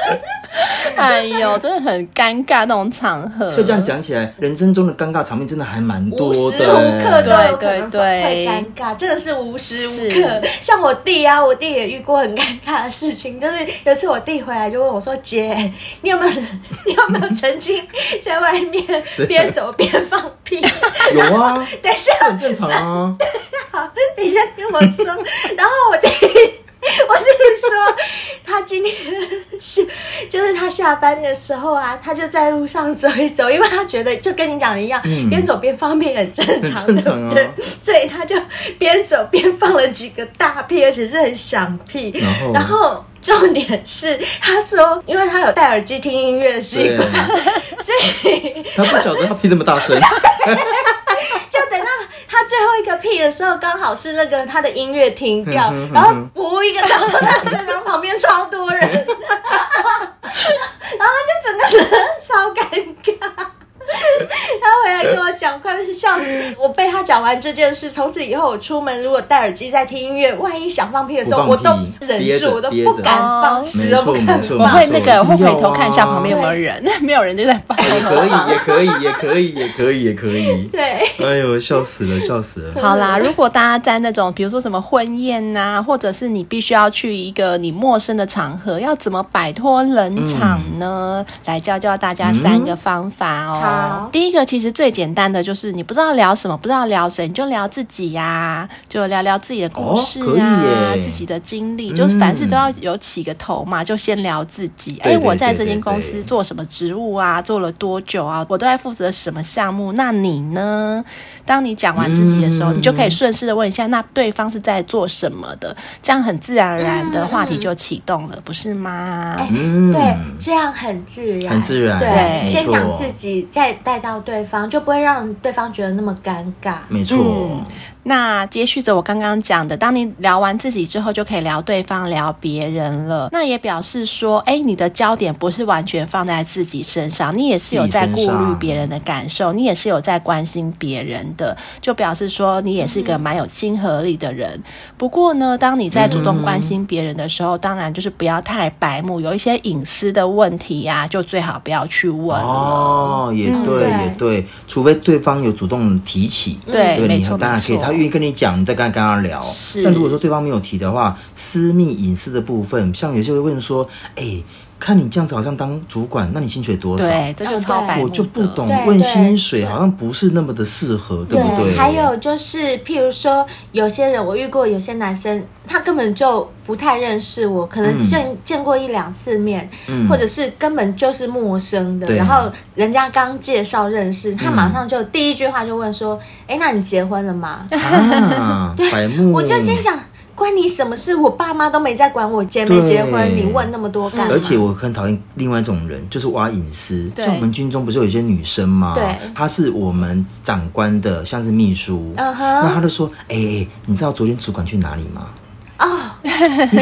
哎呦，真的很尴尬那种场合。
所以这样讲起来，人生中的尴尬场面真的还蛮多
无
的。
时无刻都有可能
对对对
会尴尬，真的是无时无刻
是。
像我弟啊，我弟也遇过很尴尬的事情，就是有一次我弟回来就问我说：“姐， 你有没有你有没有曾经在外面边走边放屁？”
有啊，
等一下，
这很正常啊。
好，你先听我说。然后我弟，我弟说，他今天是，就是他下班的时候啊，他就在路上走一走，因为他觉得就跟你讲的一样，
嗯
边走边放屁很正常，
很正常啊
对不对？所以他就边走边放了几个大屁，而且是很响屁。
然后
然后重点是，他说，因为他有戴耳机听音乐的习
对，
惯，所以。
他不晓得他屁那么大声，
就等到他最后一个屁的时候，刚好是那个他的音乐停掉，
嗯哼嗯哼
然后补一个照到他身上，旁边超多人， 然后就整个人超尴尬。 他回来跟我讲，快被笑死！我被他讲完这件事，从此以后我出门如果戴耳机在听音乐，万一想放屁的时候，
不
我
放
都
屁憋
忍
着
住，我都
憋
不
着
敢放，
哦
死都不
没错
敢
没错
我
放。
会那个，
一定要啊
我会回头看一下旁边有没有人， 没有人就在帮
也可
我。
以，也可以，也可以，也可以，也可以。
对。
哎呦，笑死了，笑死了。
好啦，如果大家在那种比如说什么婚宴呐、或者是你必须要去一个你陌生的场合，要怎么摆脱冷场
嗯
呢？来教教大家三个方法哦。
好
第一个其实最简单的就是你不知道聊什么，不知道聊谁，你就聊自己呀、就聊聊自己的故事
哦可
啊，
以耶
自己的经历，就是凡事都要有起个头嘛，就先聊自己。
对
哎，我
对
在
对
这间
对
公
对
司做什么职务啊，做了多久啊，我都在负责什么项目。那你呢？当你讲完自己的时候，
嗯
你就可以顺势的问一下，那对方是在做什么的，这样很自然而然的话题就启动了，不是吗？
嗯，
对，这样很自然，
很自然
对
对，
没
先
错
讲自己，再带到对方，就不会让对方觉得那么尴尬。
没错，
那接续着我刚刚讲的，当你聊完自己之后，就可以聊对方、聊别人了。那也表示说，哎，你的焦点不是完全放在自己身上，你也是有在顾
自己身
虑
上
别人的感受，你也是有在关心别人的，
嗯
就表示说你也是一个蛮有亲和力的人。不过呢，当你在主动关心别人的时候，当然就是不要太白目，有一些隐私的问题呀、就最好不要去问了。
哦，也对，
嗯
也对，除非对方有主动提起，
对
对，
没
你
错
当然可以，
没错
他愿意跟你讲，你再跟跟他聊。
是
但如果说对方没有提的话，私密隐私的部分，像有些会问说，哎，看你这样子好像当主管，那你薪水多少？
对，这就超白目的、
我就不懂
对
问
对
薪水，好像不是那么的适合，对不对？
还有就是，譬如说，有些人我遇过，有些男生他根本就不太认识我，可能
嗯
见、见过一两次面，
嗯
或者是根本就是陌生的。
对
然后人家刚介绍认识，
嗯
他马上就第一句话就问说：“哎、那你结婚了吗？”
嗯啊，白目，
我就心想，关你什么事？我爸妈都没在管我结没
对
结婚，你问那么多干嘛？
而且我很讨厌另外一种人，就是挖隐私。
对
像我们军中不是有一些女生吗？
对
她是我们长官的，像是秘书。
嗯哼
那她就说：“哎、哎你知道昨天主管去哪里吗？”
哦，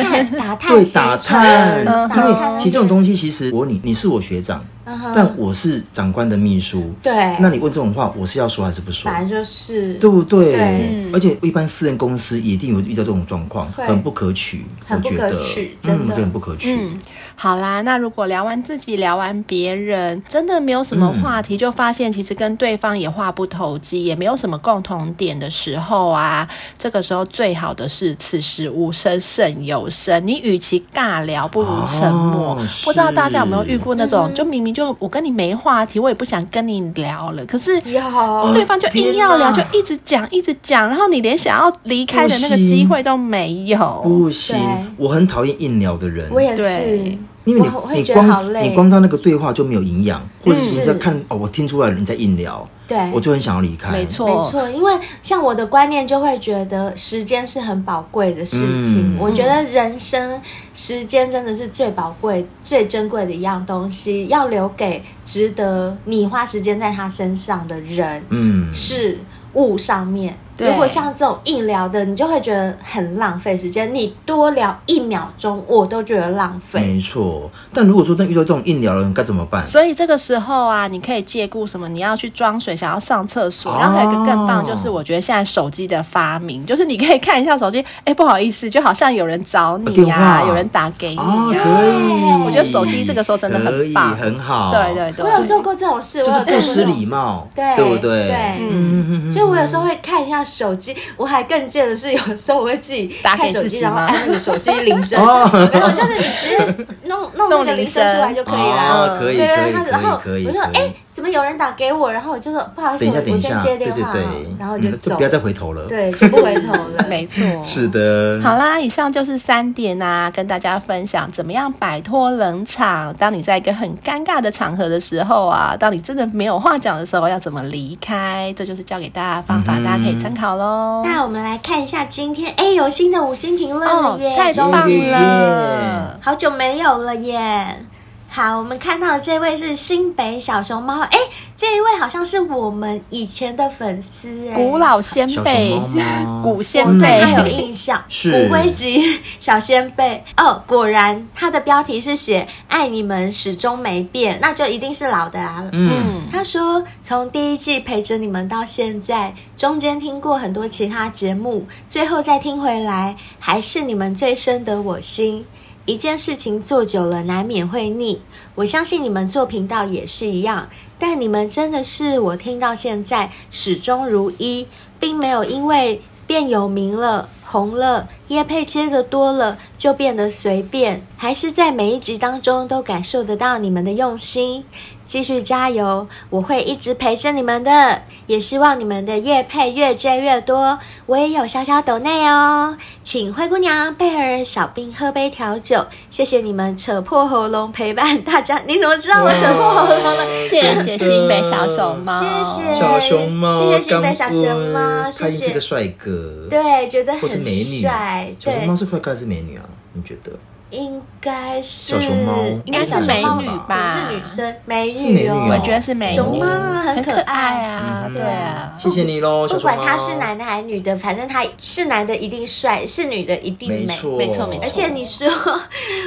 看打探
对，
行
打
程
探。
打
因为
探
其实这种东西，其实我你你是我学长，
嗯哼
但我是长官的秘书。
对
那你问这种话，我是要说还是不说？
反正就是
对不对？
对
而且一般私人公司一定有遇到这种状况，
会
很不可取，
很不
我觉
可
得
取真
嗯，
的
对，很不可取。
嗯，好啦，那如果聊完自己，聊完别人，真的没有什
嗯
么话题，就发现其实跟对方也话不投机，也没有什么共同点的时候啊，这个时候最好的是此时无声胜有声。你与其尬聊，不如沉默。
哦
不知道大家有没有
是
遇过那种，就明明就我跟你没话题，我也不想跟你聊了，可是
有
对方就硬要聊，
哦天
就
哪
一直讲，一直讲，然后你连想要离开的那个
不行
机会都没有。
不行
对，
我很讨厌硬聊的人。
我也是
对，
因为你
我我会
你
觉得好
光
累，
你光照那个对话就没有营养，或者是你在
是
看、哦，我听出来了你在硬聊，
对
我就很想要离开。
没错，
没错，因为像我的观念就会觉得时间是很宝贵的事情。
嗯
我觉得人生时间真的是最宝贵、最珍贵的一样东西，要留给值得你花时间在他身上的人、
嗯，
事物上面。
对
如果像这种硬聊的，你就会觉得很浪费时间，你多聊一秒钟，我都觉得浪费。
没错。但如果说真遇到这种硬聊的人该怎么办？
所以这个时候啊，你可以借故什么？你要去装水，想要上厕
哦
所。然后还有一个更棒，就是我觉得现在手机的发明，就是你可以看一下手机，哎，不好意思，就好像有人找你
电
呀、
话
有人打给你、
啊，
呀。
可以。
我觉得手机这个时候真的
可
很
以
棒，
很好。
对对对，
我有做过这种事，我
嗯就
有
是
做过
不失
这种
礼
事
貌，
对
对不对？
嗯，就我有时候会看一下手机，我还更贱的是，有时候我会自己
打给
看手
自
机，
己
然后
吗
按那个手机铃声，
哦
没有，就是你直接弄弄那
弄
个铃
铃
声
声。
出来就可以
哦
啦。
可以
对
可以
对，他然后
可以可以
我就说
可，以
哎，怎么有人打给我？然后我就说不好意思，
等一下，
我
等
我
一
先
下，
接
对对
电话
对，，
然后我就
嗯
走，
不要再回头了。，
对，就不回头 了
没错，
是的，
好啦，以上就是三点啊，跟大家分享怎么样摆脱冷场。当你在一个很尴尬的场合的时候啊，当你真的没有话讲的时候，要怎么离开？这就是教给大家的方法，大家可以参考喽。
那我们来看一下今天，哎，有新的五星评论了
哦
耶，，
太
终于
棒
耶耶
了！
好久没有了耶。好，我们看到的这位是新北小熊猫，哎，这一位好像是我们以前的粉丝，哎，
古老先
小
辈
熊猫，嗯吗
古
我
先
对
辈，
他有印 象，
是
骨灰级小先辈哦。果然，他的标题是写“爱你们始终没变”，那就一定是老的啦。
嗯，
他说：“从第一季陪着你们到现在，中间听过很多其他节目，最后再听回来，还是你们最深得我心。一件事情做久了，难免会腻。我相信你们做频道也是一样，但你们真的是我听到现在始终如一，并没有因为变有名了、红了、叶配接的多了就变得随便，还是在每一集当中都感受得到你们的用心。”继续加油，我会一直陪着你们的，也希望你们的夜配越接越多。我也有小小抖内哦，请灰姑娘、贝尔、小兵喝杯调酒，谢谢你们扯破喉咙陪伴大家。你怎么知道我扯破喉咙了？
谢谢新北小熊猫，
谢谢
小熊猫，
谢谢新北小熊猫
干杯
谢谢
他一定是个帅哥，，
对，觉得
或是
很
美女啊
帅，，
小熊
对
猫，是帅哥还是美女啊？你觉得？
应该是
小熊猫
应该是美女吧
可能是女生，美
是美
女
女
哦
哦，
我觉得是美女，
熊猫啊很
很
可
可
爱
爱啊，对
对
啊。
谢谢你喽，小
不
熊猫。
管他是男的还是女的，反正他是男的一定帅，是女的一定美。
没错，
没错没错
而且你说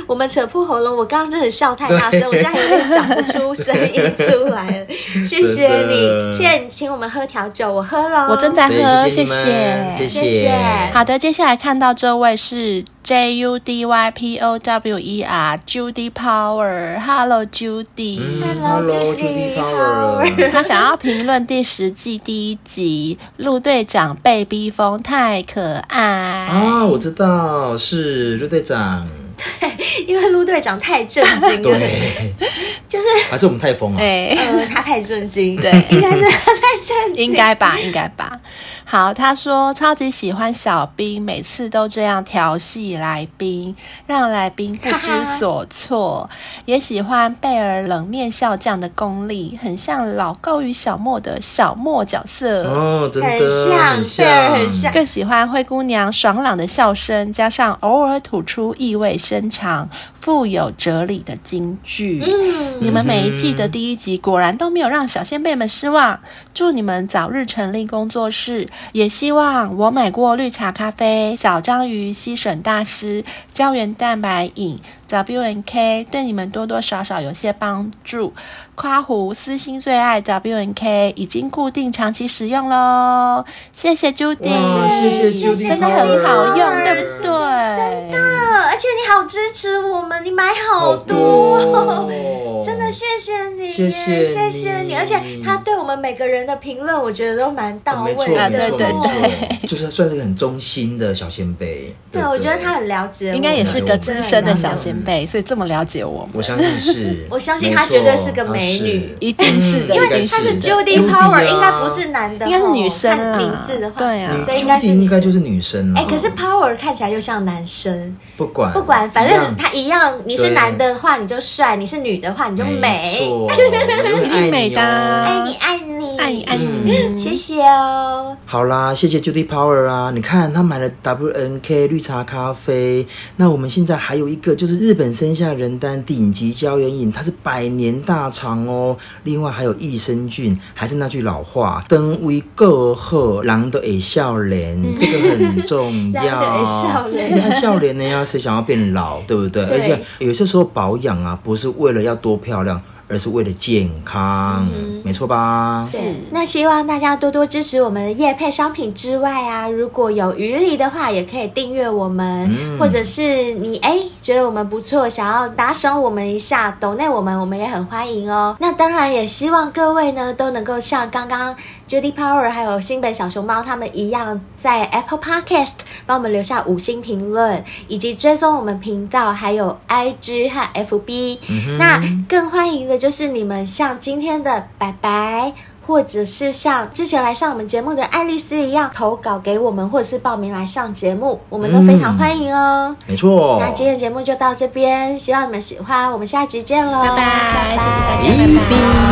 我们扯破喉咙，我刚刚真的笑太大声，我现在有点讲不出声音出来了。谢谢
真
你，
的
谢谢你请我们喝调酒，我喝了，哦
我正在喝，
对谢
谢
谢你们
谢。
谢
谢谢
好的，接下来看到这位是 J U D Y P O W E R Judy Power，Hello Judy。
嗯
Hello，Judy
Judy Power，
他想要评论第十季第一集，陆队长被逼疯太可爱。
啊，我知道是陆队长，
因为陆队长太震惊了，
对，
就是
还是我们啊太疯了，
哎、
呃，他太震惊，
对
应该是他太震惊，
应该吧，应该吧。好，他说超级喜欢小兵，每次都这样调戏来宾，让来宾不知所措。也喜欢贝尔冷面笑匠的功力，很像老高与小莫的小莫角色。
哦，真的
很像
很
贝尔
像，
很像
更喜欢灰姑娘爽朗的笑声，加上偶尔吐出意味深长、富有哲理的金句。你们每一季的第一集果然都没有让小先辈们失望。祝你们早日成立工作室，也希望我买过绿茶咖啡、小章鱼、吸吮大师、胶原蛋白饮、W N K 对你们多多少少有些帮助。夸胡私心最爱 W N K 已经固定长期使用喽，谢谢 Judy，
哇谢谢 Judy
真的很好用，
Power
对不对？真的，
呃而且你好支持我们，你买好多哦。
多
真的谢谢你耶，
谢谢
谢谢你，
你
而且他对我们每个人的评论，我觉得都蛮到位
没
的，哦
错，没错，
啊对对对
没错，就是算是个很忠心的小先辈。
对，
不
我觉得他很了解我，
应该也是个资深的
嗯
小
辈，
前辈，所以这么了解我们，
我相信是，
我相信
没
她
错
绝对是个美女嗯
她是
一定是的，
因为
一定
他是
是
Judy
Judy 啊
Power，应该不是男的吼，
应该是女生
看
啦
名字的话，
对啊
对，应该是。
Judy 应该就是女生了。啊
哎，可是 Power 看起来又像男生，
不管
不管，反
一样
正他一样。你是
对
男的话，你就帅；你是女的话，你就
没
美。哎
错，我永远爱你哦
美的
嗯
啊
爱你，爱你，
爱你爱你，
谢谢哦。
好啦，谢谢 Judy Power 啊！你看他买了 WNK 绿茶咖啡，那我们现在还有一个就是日本生下人丹顶级胶原饮，它是百年大厂哦。另外还有益生菌，还是那句老话，灯为过后，狼的也笑 脸，这个很重要。
人就会笑脸
因为他笑脸呢 呀，谁想要变老，对不对？
对
而且有些时候保养啊，不是为了要多漂亮。而是为了健康，
嗯
没错吧？
对，那希望大家多多支持我们的夜配商品之外啊，如果有余力的话，也可以订阅我们，或者是你哎觉得我们不错，想要打赏我们一下，抖内我们，我们也很欢迎哦。那当然也希望各位呢都能够像刚刚 Judy Power 还有新北小熊猫他们一样，在 Apple Podcast 帮我们留下五星评论，以及追踪我们频道，还有 IG 和 FB。那更欢迎的就是你们像今天的拜拜。或者是像之前来上我们节目的爱丽丝一样投稿给我们，或者是报名来上节目，我们都非常欢迎哦。
没错。
那今天的节目就到这边，希望你们喜欢，我们下集见喽，
拜拜，谢谢大家，拜拜。